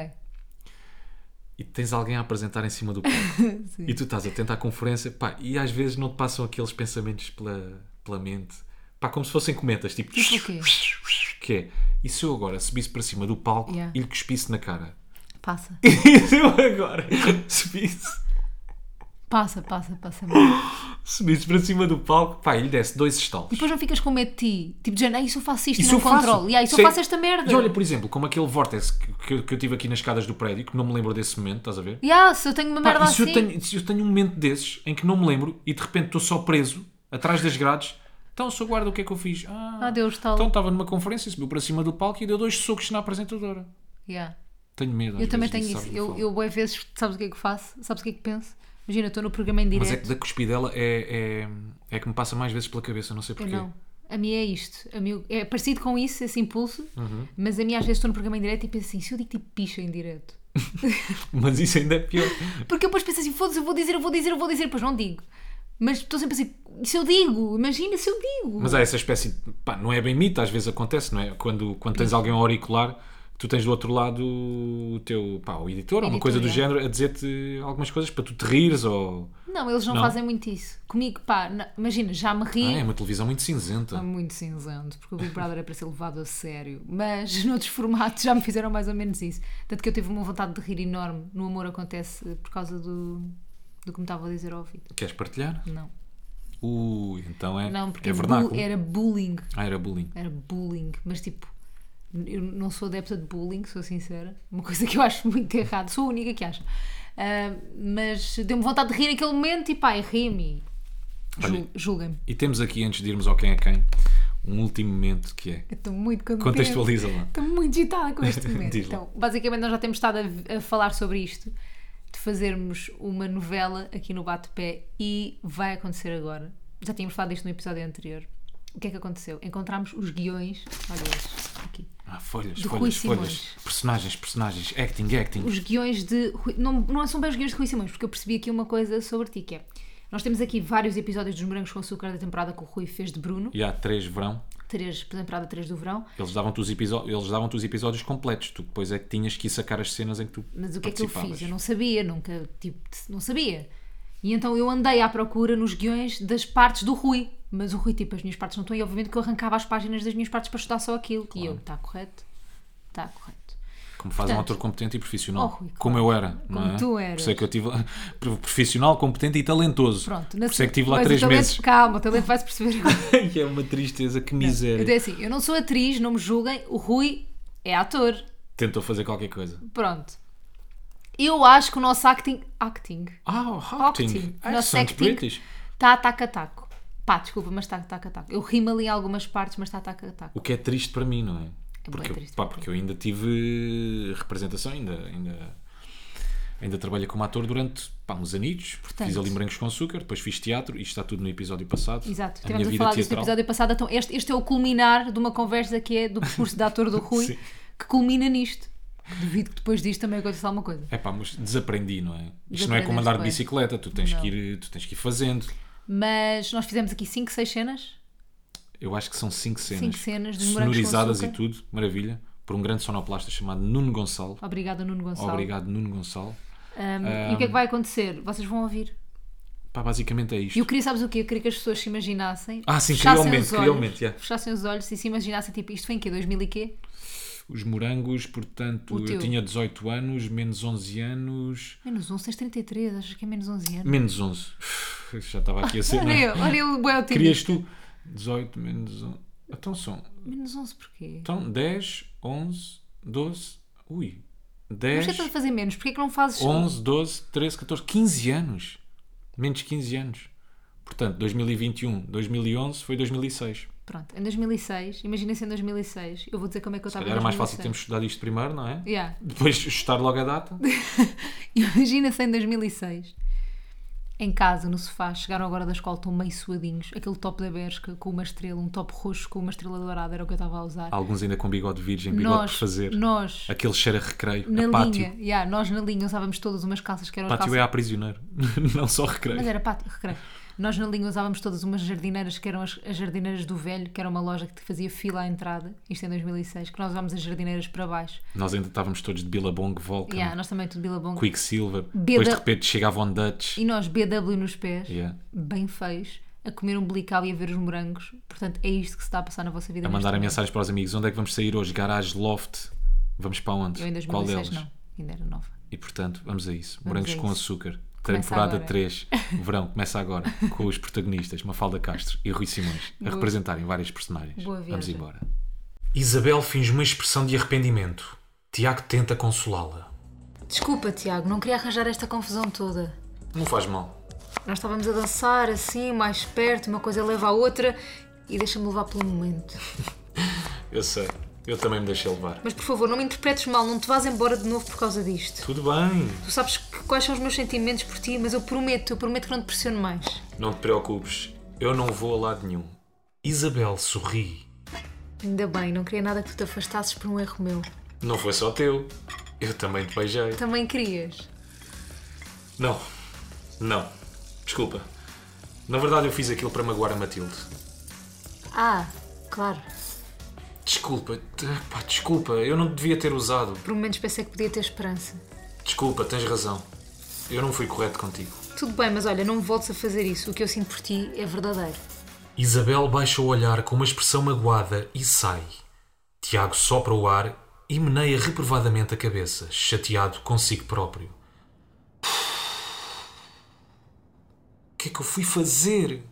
e tens alguém a apresentar em cima do palco Sim. e tu estás atento à conferência pá, e às vezes não te passam aqueles pensamentos pela, pela mente. Pá, como se fossem cometas, tipo... Tipo o quê? Que é, e se eu agora subisse para cima do palco Yeah. e lhe cuspisse na cara? Passa. E se eu agora subisse... Passa, passa, passa. subisse para cima do palco, pá, e lhe desse dois estalos. Depois não ficas com medo de ti. Tipo, de género, ah, isso eu faço isto e Isso não eu faço. controlo. E ah, isso Sei- eu faço esta merda. E olha, por exemplo, como aquele vórtice que, que eu- que eu tive aqui nas escadas do prédio, que não me lembro desse momento, estás a ver? E ah, se eu tenho uma Pá, merda e se, assim. eu tenho, se eu tenho um momento desses em que não me lembro e de repente estou só preso, atrás das grades, então, sou guarda, o que é que eu fiz? Ah, Ah, Deus, tal. Então estava numa conferência, subiu para cima do palco e deu dois socos na apresentadora. Yeah. Tenho medo. às Eu também vezes tenho disso, isso. sabes, Eu, Mafalda? eu, boas vezes, sabes o que é que faço? Sabes o que é que penso? Imagina, eu estou no programa em Mas é direto. que da cuspidela é, é, é que me passa mais vezes pela cabeça, não sei Eu porquê. não. A minha é isto. A minha, é parecido com isso, esse impulso, Uhum. mas a minha às vezes estou no programa em direto e penso assim: se eu digo tipo picha em direto. Mas isso ainda é pior. Porque eu depois penso assim: foda-se, eu vou dizer, eu vou dizer, eu vou dizer, depois não digo. Mas estou sempre assim: e se eu digo, imagina se eu digo. Mas há essa espécie de. Pá, não é bem mito, às vezes acontece, não é? Quando, quando tens alguém ao auricular, tu tens do outro lado o teu. pá, o editor, ou uma Editor, coisa do é. género, a dizer-te algumas coisas para tu te rires ou. Não, eles não, Não? fazem muito isso. Comigo, pá, na- imagina, já me ri. Ah, é uma televisão muito cinzenta. Está Tá muito cinzento, porque o Big Brother é para ser levado a sério. Mas noutros formatos já me fizeram mais ou menos isso. Tanto que eu tive uma vontade de rir enorme. No amor acontece eh, por causa do, do que me estava a dizer ao ouvido. Queres partilhar? Não. Ui, então é. Não, porque é bu- vernáculo. era bullying. Ah, era bullying. Era bullying. Mas tipo, eu não sou adepta de bullying, sou sincera. Uma coisa que eu acho muito errado. Sou a única que acha. Ah, mas deu-me vontade de rir naquele momento e pá, e ri-me. e Olha- jul- Julguem-me. E temos aqui, antes de irmos ao quem é quem, um último momento que é. Eu Estou muito contente. Contextualiza lá. Estou muito agitada com este momento. Diz lá. então, basicamente, nós já temos estado a, a falar sobre isto, de fazermos uma novela aqui no Bate-Pé e vai acontecer agora. Já tínhamos falado disto no episódio anterior. O que é que aconteceu? Encontramos os guiões. Olha estes, aqui. Ah, folhas, Do Rui folhas, Simões. folhas. Personagens, personagens. Acting, acting. Os guiões de. Rui- Não, não são bem os guiões de Rui Simões, porque eu percebi aqui uma coisa sobre ti, que é. Nós temos aqui vários episódios dos Morangos com Açúcar da temporada que o Rui fez de Bruno, E há três verão. três, temporada 3 do verão, Eles davam-te os, episo- eles davam os episódios completos. Tu depois é que tinhas que ir sacar as cenas em que tu Mas o que é que eu fiz? Eu participavas. não sabia, nunca, tipo, não sabia. E então eu andei à procura nos guiões das partes do Rui. Mas o Rui, tipo, as minhas partes não estão. E obviamente que eu arrancava as páginas das minhas partes para estudar só aquilo. E eu, está correto? Está correto. Como faz um Portanto, ator competente e profissional. oh, Rui, como eu era. não é? como tu Por eras. isso é que eu tive profissional, competente e talentoso. Pronto. na Por isso é que estive lá mas o três talento- meses. Calma, o talento vai-se perceber agora. e é uma tristeza, que Eu miséria. disse assim, eu não sou atriz, não me julguem. O Rui é ator. Tentou fazer qualquer coisa. Pronto. Eu acho que o nosso acting... Acting? Ah, oh, Acting. acting. Nosso Accent acting. British. Está taca-taco. Pá, desculpa, mas está taca-taco. Eu rimo ali em algumas partes, mas está taca-taco. O que é triste para mim, não é? É Porque, bué eu- triste pá, para ti. porque eu ainda tive representação, ainda, ainda, ainda trabalhei como ator durante pá, uns anitos. Portanto. fiz ali morangos com açúcar, depois fiz teatro, isto está tudo no episódio passado. Exato, a minha estivemos a, vida falar disso no teatral. episódio passado, então este, este é o culminar de uma conversa que é do percurso de ator do Rui, Sim. que culmina nisto. Duvido que depois disto também aconteça alguma coisa. É pá, mas desaprendi, não é? Isto não é como Desaprendeste, andar de pois. bicicleta, tu tens, Não. que ir, tu tens que ir fazendo. Mas nós fizemos aqui 5, 6 cenas. Eu acho que são cinco cenas, Cinco cenas dos Morangos com sonorizadas e Açúcar. tudo, maravilha, por um grande sonoplasta chamado Nuno Gonçalo. Obrigada, Nuno Gonçalo. Obrigado, Nuno Gonçalo. Um, E o que é que vai acontecer? Vocês vão ouvir. Pá, basicamente é E isto. eu queria, sabes o quê? Eu queria que as pessoas se imaginassem. Ah, sim, criou fechassem o os momento, criou o olhos, momento, yeah. Fechassem os olhos e se imaginassem, tipo, isto foi em quê? 2000 e quê? Os morangos, O portanto, eu teu. tinha 18 anos, menos 11 anos. Menos 11, tens 33, achas que é menos 11 anos? Menos 11. Uf, Já estava aqui a ser. não Olha é? eu, olha eu, bué otimista. Querias tu? 18 menos 11. Então são. Menos 11 porquê? Então 10, 11, 12. Ui. Mas 10, que estás a fazer menos? Porquê é que não fazes 11, 12, 13, 14, 15 anos. Menos 15 anos. Portanto, 2021, 2011 foi 2006. Pronto, em 2006, imagina-se em 2006, eu vou dizer como é que eu estava em Era mais fácil 2006. termos estudado isto primeiro, não é? Yeah. Depois chutar logo a data. Imagina-se em 2006, em casa, no sofá, chegaram agora da escola, estão meio suadinhos, aquele top da Bershka com uma estrela, um top roxo com uma estrela dourada, era o que eu estava a usar. Alguns ainda com bigode virgem, bigode nós, por fazer. nós, Aquele cheiro a recreio, na a pátio. linha, yeah, nós na linha usávamos todas umas calças que eram as Pátio calças... é a prisioneiro, não só recreio. Mas é. era pátio, recreio. Nós na linha usávamos todas umas jardineiras que eram as, as jardineiras do velho, que era uma loja que te fazia fila à entrada, isto em 2006, que nós usávamos as jardineiras para baixo. Nós ainda estávamos todos de Billabong, Volca, Yeah, nós também tudo Billabong. Quicksilver. Beda- Depois de repente chegava um Dutch. E nós BW nos pés, Yeah. bem feios, a comer umbilical e a ver os morangos. Portanto, é isto que se está a passar na vossa vida. A mandar a neste momento. mensagem para os amigos. Onde é que vamos sair hoje? Garage, loft. Vamos para onde? Eu em 2006 não, ainda era nova. E portanto, vamos a isso. Morangos a com isso. açúcar. Começa temporada agora. 3, verão, começa agora, com os protagonistas Mafalda Castro e Rui Simões, a representarem várias personagens. Boa Vamos viagem. embora. Isabel finge uma expressão de arrependimento. Tiago tenta consolá-la. Desculpa, Tiago, não queria arranjar esta confusão toda. Não faz mal. Nós estávamos a dançar assim, mais perto, uma coisa leva à outra e deixa-me levar pelo momento. Eu sei. Eu também me deixei levar. Mas por favor, não me interpretes mal, não te vás embora de novo por causa disto. Tudo bem, Tu sabes que- quais são os meus sentimentos por ti, mas eu prometo, eu prometo que não te pressiono mais. não te preocupes, eu não vou a lado nenhum. Isabel sorri. Ainda bem, não queria nada que tu te afastasses por um erro meu. Não foi só teu. Eu também te beijei. Também querias. Não, não. Desculpa. Na verdade, eu fiz aquilo para magoar a Matilde. Ah, claro. Desculpa, te- pá, desculpa, eu não te devia ter usado. Por momentos pensei que podia ter esperança. Desculpa, tens razão. Eu não fui correto contigo. Tudo bem, mas olha, não voltes a fazer isso. O que eu sinto por ti é verdadeiro. Isabel baixa o olhar com uma expressão magoada e sai. Tiago sopra o ar e meneia reprovadamente a cabeça, chateado consigo próprio. O que é que eu fui fazer?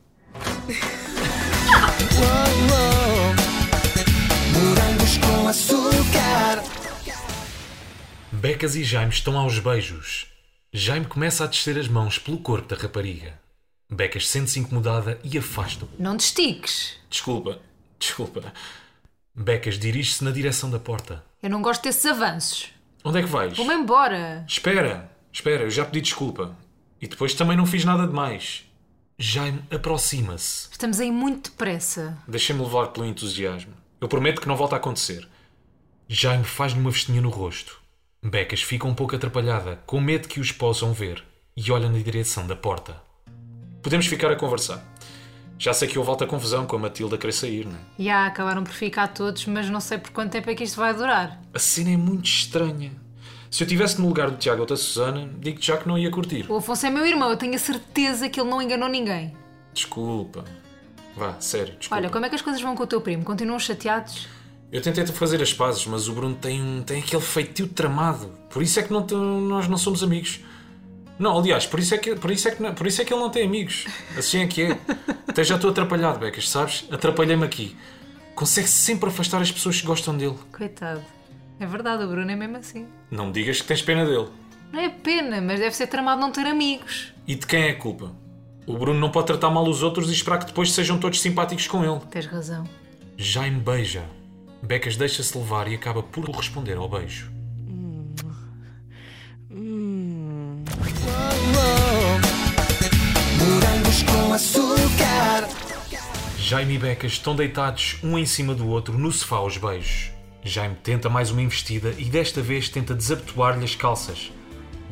Morangos com açúcar. Becas e Jaime estão aos beijos. Jaime começa a descer as mãos pelo corpo da rapariga. Becas sente-se incomodada e afasta-o. Não te estiques. Desculpa, desculpa. Becas dirige-se na direção da porta. Eu não gosto desses avanços. Onde é que vais? Vou-me embora. Espera, espera, eu já pedi desculpa. E depois também não fiz nada de mais. Jaime aproxima-se. Estamos aí muito depressa. Deixa-me levar pelo entusiasmo. Eu prometo que não volta a acontecer. Jaime faz-lhe uma vestinha no rosto. Becas fica um pouco atrapalhada, com medo que os possam ver, e olha na direção da porta. Podemos ficar a conversar. Já sei que houve alta confusão com a Matilda querer sair, não é? Já acabaram por ficar todos, mas não sei por quanto tempo é que isto vai durar. A cena é muito estranha. Se eu estivesse no lugar do Tiago ou da Susana, digo-te já que não ia curtir. O Afonso é meu irmão, eu tenho a certeza que ele não enganou ninguém. Desculpa. Vá, sério, desculpa. Olha, como é que as coisas vão com o teu primo? Continuam chateados? Eu tentei fazer as pazes, mas o Bruno tem, um- tem aquele feitio tramado. Por isso é que não te- nós não somos amigos. Não, aliás, por isso, é que, por, isso é que, não- por isso é que ele não tem amigos. Assim é que é. Até já estou atrapalhado, Becas, sabes? Atrapalhei-me aqui. Consegue sempre afastar as pessoas que gostam dele. Coitado. É verdade, o Bruno é mesmo assim. Não me digas que tens pena dele. Não é pena, mas deve ser tramado não ter amigos. E de quem é a culpa? O Bruno não pode tratar mal os outros e esperar que depois sejam todos simpáticos com ele. Tens razão. Jaime beija. Becas deixa-se levar e acaba por responder ao beijo. Morangos com açúcar. Jaime e Becas estão deitados um em cima do outro no sofá aos beijos. Jaime tenta mais uma investida e desta vez tenta desabotoar-lhe as calças.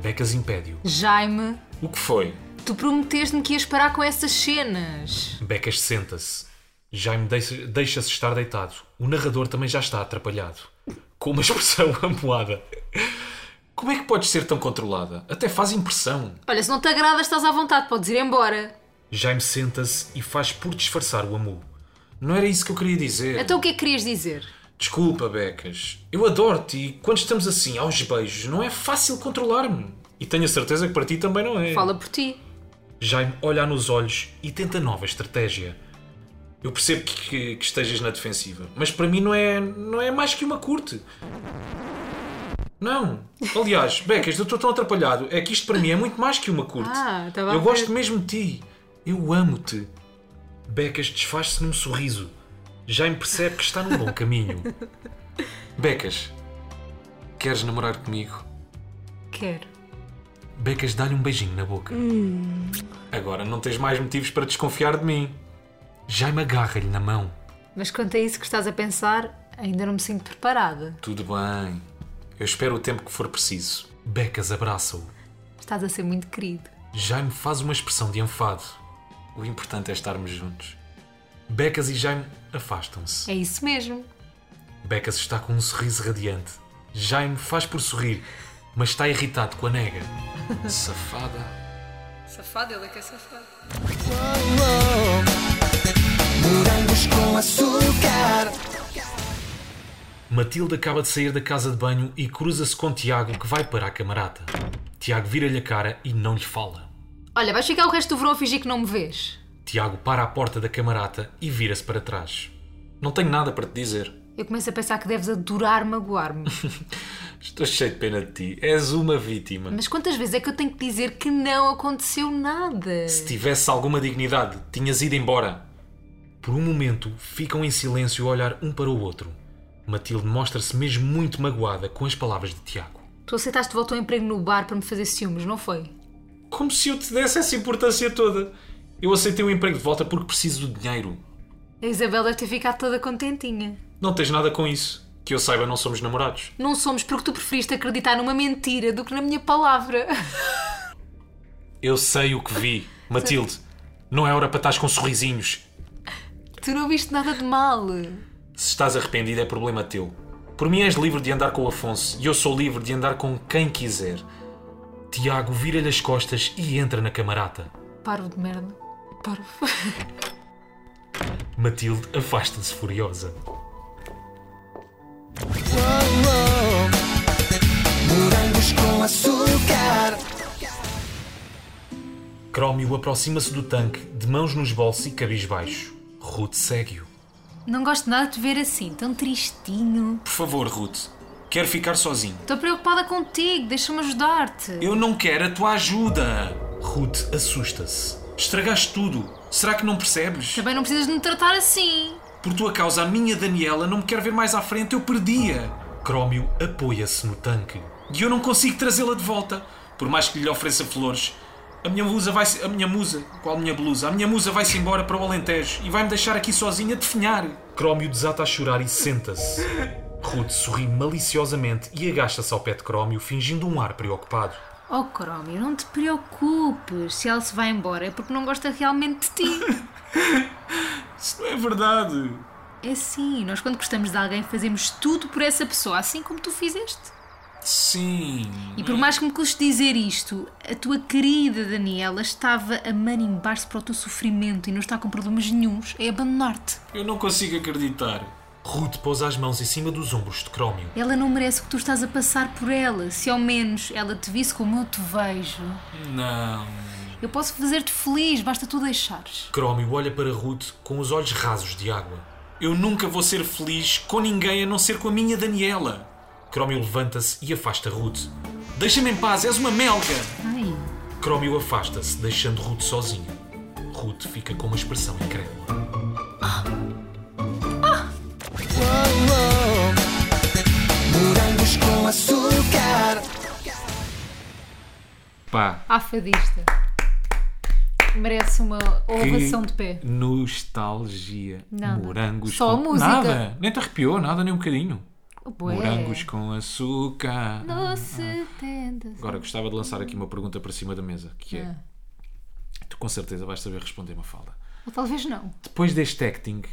Becas impede-o. Jaime, O que foi? tu prometeste-me que ias parar com essas cenas. Becas senta-se. Jaime deixa- deixa-se estar deitado. O narrador também já está atrapalhado. Com uma expressão amoada. Como é que podes ser tão controlada? Até faz impressão. Olha, se não te agrada, estás à vontade, podes ir embora. Jaime senta-se e faz por disfarçar o amor. Não era isso que eu queria dizer. Então o que é que querias dizer? Desculpa, Becas. Eu adoro-te e quando estamos assim, aos beijos, não é fácil controlar-me. E tenho a certeza que para ti também não é. Fala por ti. Jaime olha nos olhos e tenta nova estratégia. Eu percebo que, que- que estejas na defensiva, mas para mim não é, não é mais que uma curte. Não. Aliás, Becas, eu estou tão atrapalhado. É que isto para mim é muito mais que uma curte. Ah, estava a eu ver. gosto mesmo de ti. Eu amo-te. Becas desfaz-se num sorriso. Jaime percebe que está num bom caminho. Becas, queres namorar comigo? Quero. Becas dá-lhe um beijinho na boca. Agora não tens mais motivos para desconfiar de mim. Jaime agarra-lhe na mão. Mas quanto a isso que estás a pensar, ainda não me sinto preparada. Tudo bem. Eu espero o tempo que for preciso. Becas abraça-o. Estás a ser muito querido. Jaime faz uma expressão de enfado. O importante é estarmos juntos. Becas e Jaime afastam-se. É isso mesmo. Becas está com um sorriso radiante. Jaime faz por sorrir, mas está irritado com a nega. Safada. Safado, ele é que é safado. Morangos com açúcar. Matilde acaba de sair da casa de banho e cruza-se com Tiago, que vai para a camarada. Tiago vira-lhe a cara e não lhe fala. Olha, vais ficar o resto do verão a fingir que não me vês. Tiago para à porta da camarada e vira-se para trás. Não tenho nada para te dizer. Eu começo a pensar que deves adorar magoar-me. Estou cheio de pena de ti. És uma vítima. Mas quantas vezes é que eu tenho que dizer que não aconteceu nada? Se tivesse alguma dignidade, tinhas ido embora. Por um momento, ficam em silêncio a olhar um para o outro. Matilde mostra-se mesmo muito magoada com as palavras de Tiago. Tu aceitaste de volta um emprego no bar para me fazer ciúmes, não foi? Como se eu te desse essa importância toda. Eu aceitei o emprego de volta porque preciso do dinheiro. A Isabel deve ter ficado toda contentinha. Não tens nada com isso. Que eu saiba, não somos namorados. Não somos porque tu preferiste acreditar numa mentira do que na minha palavra. Eu sei o que vi. Matilde, não é hora para estás com sorrisinhos. Tu não viste nada de mal. Se estás arrependido é problema teu. Por mim és livre de andar com o Afonso e eu sou livre de andar com quem quiser. Tiago vira-lhe as costas e entra na camarata. Parvo de merda. Parvo. Matilde afasta-se furiosa. Morangos com açúcar. Crómio aproxima-se do tanque, de mãos nos bolsos e cabisbaixo. Ruth segue-o. Não gosto nada de te ver assim, tão tristinho. Por favor, Ruth, quero ficar sozinho. Estou preocupada contigo, deixa-me ajudar-te. Eu não quero a tua ajuda! Ruth assusta-se. Estragaste tudo. Será que não percebes? Também não precisas de me tratar assim. Por tua causa, a minha Daniela não me quer ver mais à frente, eu perdi-a. Crómio apoia-se no tanque. E eu não consigo trazê-la de volta, por mais que lhe ofereça flores. A minha musa vai A minha musa. Qual minha blusa? A minha musa vai-se embora para o Alentejo e vai-me deixar aqui sozinha a definhar. Crómio desata a chorar e senta-se. Ruth sorri maliciosamente e agacha-se ao pé de Crómio, fingindo um ar preocupado. Oh, Crómio, não te preocupes. Se ela se vai embora é porque não gosta realmente de ti. Isso não é verdade. É sim, nós quando gostamos de alguém fazemos tudo por essa pessoa, assim como tu fizeste. Sim. E por mais que me custe dizer isto, a tua querida Daniela estava a manimbar-se para o teu sofrimento e não está com problemas nenhums em abandonar-te. Eu não consigo acreditar. Ruth pôs as mãos em cima dos ombros de Crómio. Ela não merece o que tu estás a passar por ela. Se ao menos ela te visse como eu te vejo. Não. Eu posso fazer-te feliz, basta tu deixares. Crómio olha para Ruth com os olhos rasos de água. Eu nunca vou ser feliz com ninguém a não ser com a minha Daniela. Crómio levanta-se e afasta Ruth. Deixa-me em paz, és uma melga! Ai, Crómio afasta-se, deixando Ruth sozinha. Ruth fica com uma expressão incrédula. Morangos com açúcar. Pá, afadista. Merece É uma ovação de pé. nostalgia. Nada. Morangos Só com... a música. Nada, nem te arrepiou, nada, nem um bocadinho. Oh, Bué. Morangos com açúcar. Doce tenda. Agora, gostava de lançar aqui uma pergunta para cima da mesa, que é... Ah. Tu com certeza vais saber responder, Mafalda. Ou talvez não. Depois deste acting...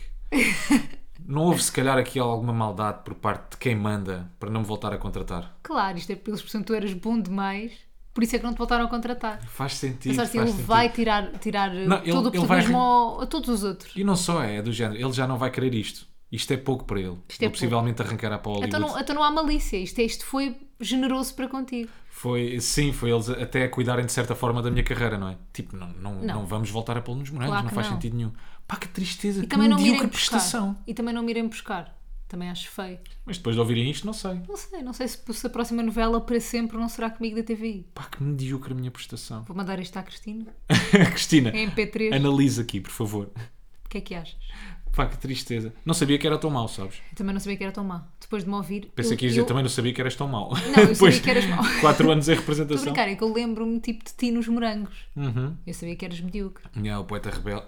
Não houve, se calhar, aqui alguma maldade por parte de quem manda para não me voltar a contratar? Claro, isto é porque eles pensam que tu eras bom demais, por isso é que não te voltaram a contratar. Faz sentido. Pensaste, faz ele sentido. assim, um vai tirar, tirar uh, Não, ele- todo o ele vai- protagonismo ao- a todos os outros. E não só é, é do género. Ele já não vai querer isto. Isto é pouco para ele. Isto é ele possivelmente arrancará para o Hollywood. Então não, então não há malícia, isto, é- isto foi generoso para contigo. Foi, sim, foi eles até a cuidarem de certa forma da minha carreira, não é? Tipo, não, não, não. vamos voltar a pô-lo nos morangos, Claro não que faz não. sentido nenhum. Pá, que tristeza, E que também não me medíocre irem buscar. prestação. E também não me irem buscar. Também acho feio. Mas depois de ouvirem isto, não sei. Não sei, não sei se, se a próxima novela para sempre não será comigo da TVI. Pá, que medíocre a minha prestação. Vou mandar isto à Cristina. Cristina, Em MP3. analisa aqui, por favor. O que é que achas? Pá, que tristeza. Não sabia que era tão mau, sabes? Eu também não sabia que era tão má. Depois de me ouvir. Pensei eu, que ias dizer, eu- também não sabia que eras tão mau. Não, eu sabia que eras mau. Quatro anos em Estou a representação. brincar, é que eu lembro-me tipo de ti nos morangos. Uhum. Eu sabia que eras medíocre. Yeah, o poeta rebelde.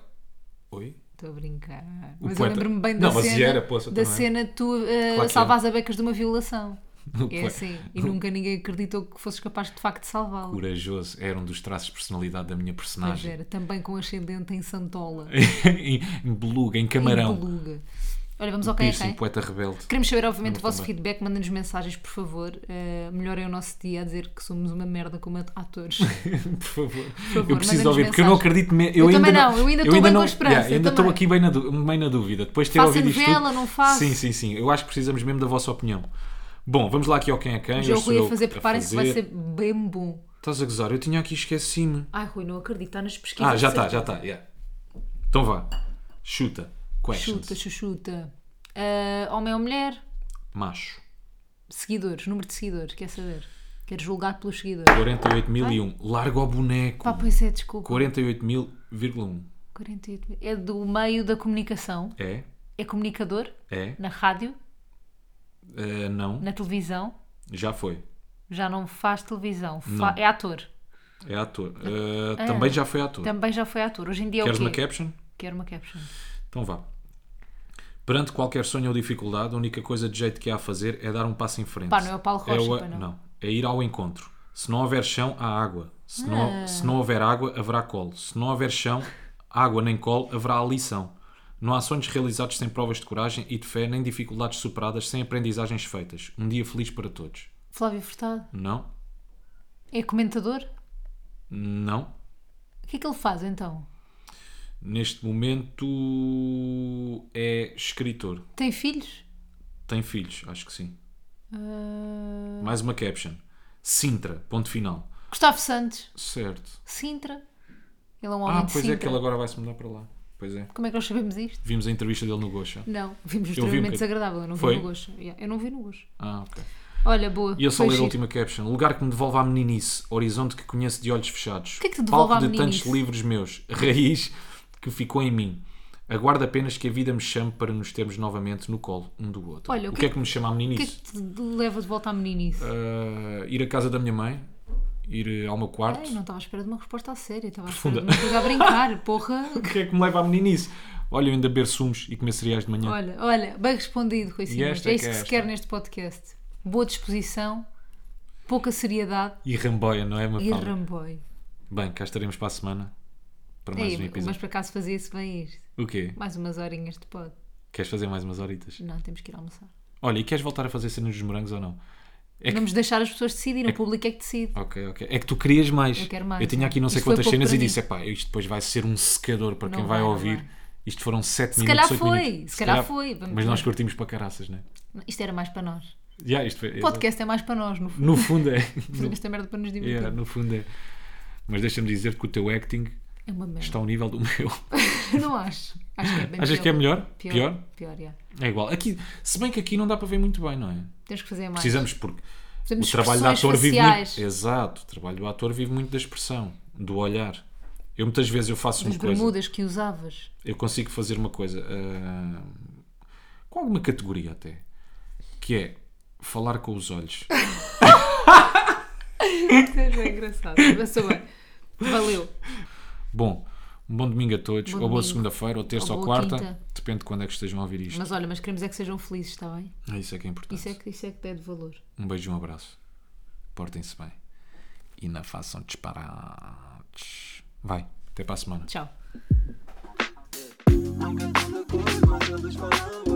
Oi? Estou a brincar. mas eu poeta- lembro-me bem da Não, mas cena. era, poça, da também. cena de tu eh, Claro que salvares a becas de uma violação. O É poe- assim. E nunca ninguém acreditou que fosses capaz de facto de salvá-lo. Corajoso era um dos traços de personalidade da minha Pois personagem. era, também com ascendente em Santola. em, em beluga, em E camarão. beluga. Olha, vamos ao quem é Piercing, quem. poeta rebelde. Queremos saber, obviamente, o Número vosso feedback. Mandem-nos mensagens, por favor. Eh, melhorem o nosso dia a dizer que somos uma merda como atores. Por favor. favor, eu preciso mandem-nos ouvir, porque eu não mensagem. acredito. me- Eu ainda também não, eu ainda estou bem com a esperança, Yeah, ainda eu estou também. aqui bem na, dú- bem na dúvida. Depois de ter Faça ouvido isto. novela, tudo- não faça. Sim, sim, sim. Eu acho que precisamos mesmo da vossa opinião. Bom, vamos lá aqui ao quem é quem. O Eu jogo sou Rui eu a fazer, a preparem-se, vai fazer. ser bem bom. Estás a gozar? Eu tinha aqui, esqueci-me. Ai, Rui, não acredito, está nas pesquisas. Ah, já de está, já certeza. está. yeah. Então vá. Chuta. Questions. Chuta, chuchuta. Eh, homem ou mulher? Macho. Seguidores, número de seguidores, quer saber? Quero julgar pelos seguidores. 48.001. Larga o boneco. Pá, pois é, desculpa. 48.000,1. 48 mil. É do meio da comunicação. É? É comunicador? É? Na rádio? Eh, não, Na televisão? já foi. Já não faz televisão. fa- Não. É ator. É ator. Eh, Também já foi ator. Também já foi ator. Hoje em dia é Queres o quê? uma caption? Quero uma caption. Então vá. Perante qualquer sonho ou dificuldade, a única coisa de jeito que há a fazer é dar um passo em frente. Pá, não é o Paulo Rocha, o- pá, não. não. é ir ao encontro. Se não houver chão, há água. Se Ah. não, se não houver água, haverá colo. Se não houver chão, água nem colo, haverá lição. Não há sonhos realizados sem provas de coragem e de fé, nem dificuldades superadas sem aprendizagens feitas. Um dia feliz para todos. Flávio Furtado. Não? É comentador? Não? O que é que ele faz então? Neste momento é escritor. Tem filhos? Tem filhos, acho que sim. Ah, Mais uma caption. Sintra, ponto final. Gustavo Santos? Certo. Sintra? Ele é um homem Ah, de pois Sintra. é que ele agora vai se mudar para lá. Pois é. Como é que nós sabemos isto? Vimos a entrevista dele no Gocha. Não, vimos vi um extremamente bocadinho. desagradável. Eu não Foi? vi no gosto. Yeah, Eu não vi no gosto. Ah, ok. Olha, boa. E eu só foi ler a giro. última caption. Lugar que me devolve à meninice. Horizonte que conheço de olhos fechados. que é que te devolve Palco à de tantos meninice? livros meus. Raiz que ficou em mim. Aguardo apenas que a vida me chame para nos termos novamente no colo um do outro. Olha, o que, é que me chama à O que é meninice? que te leva de volta à meninice? Ah, ir à casa da minha mãe. Ir ao meu quarto. Ei, não estava à espera de uma resposta a sério. Estava à espera de uma coisa a brincar, porra. O que é que me leva à meninice? Olha, eu ainda beber sumos e comer cereais de manhã. Olha, olha, bem respondido, Rui Simões. Hum. esta É é isso que que é se esta. quer neste podcast. Boa disposição, pouca seriedade E ramboia, não é, e Mafalda? ramboio. Bem, cá estaremos para a semana para mais Ei, um mas episódio. por acaso fazia-se bem isto. O quê? Mais umas horinhas de pod. Queres fazer mais umas horitas? Não, temos que ir almoçar. Olha, e queres voltar a fazer cenas dos morangos ou não? É que- Vamos deixar as pessoas decidirem. O público é que decide. Ok, ok. É que tu querias mais. Eu quero mais, Eu tinha não. aqui não sei Isto foi quantas pouco cenas para e mim. disse, epá, isto depois vai ser um secador para Não quem vai, vai, não ouvir. vai. Isto foram 7 Se minutos, calhar 8 foi, minutos. se calhar foi, vamos Mas ver. nós curtimos para caraças, não é? Isto era mais para nós. Yeah, isto foi- O podcast é mais para nós, no fundo. No fundo é. Fazer esta merda para nos No, divertir. yeah, no fundo é. Mas deixa-me dizer que o teu acting É uma merda. está ao nível do meu. Não acho. Acho que é bem Achas pior. que é melhor? Pior? Pior? Pior, yeah. É igual. Aqui, se bem que aqui não dá para ver muito bem, não é? Temos que fazer mais. Precisamos porque Fazemos o trabalho do expressões ator vive faciais. muito. É, Exato, o trabalho do ator vive muito da expressão, do olhar. Eu muitas vezes eu faço As uma coisa, bermudas que usavas. eu consigo fazer uma coisa ah, com alguma categoria até, que é falar com os olhos. Seja bem engraçado. Passou bem. Valeu. Bom, um bom domingo a todos, Bom ou boa domingo. segunda-feira, ou terça Ou ou, boa quarta, quinta. depende de quando é que estejam a ouvir isto. Mas olha, mas queremos é que sejam felizes, está bem? É Isso é que é importante. Isso é que, isso é que é de valor. Um beijo e um abraço. Portem-se bem. E não façam disparates. Vai, até para a semana. Tchau. I'm contando cor, mas eles falam eh. eh.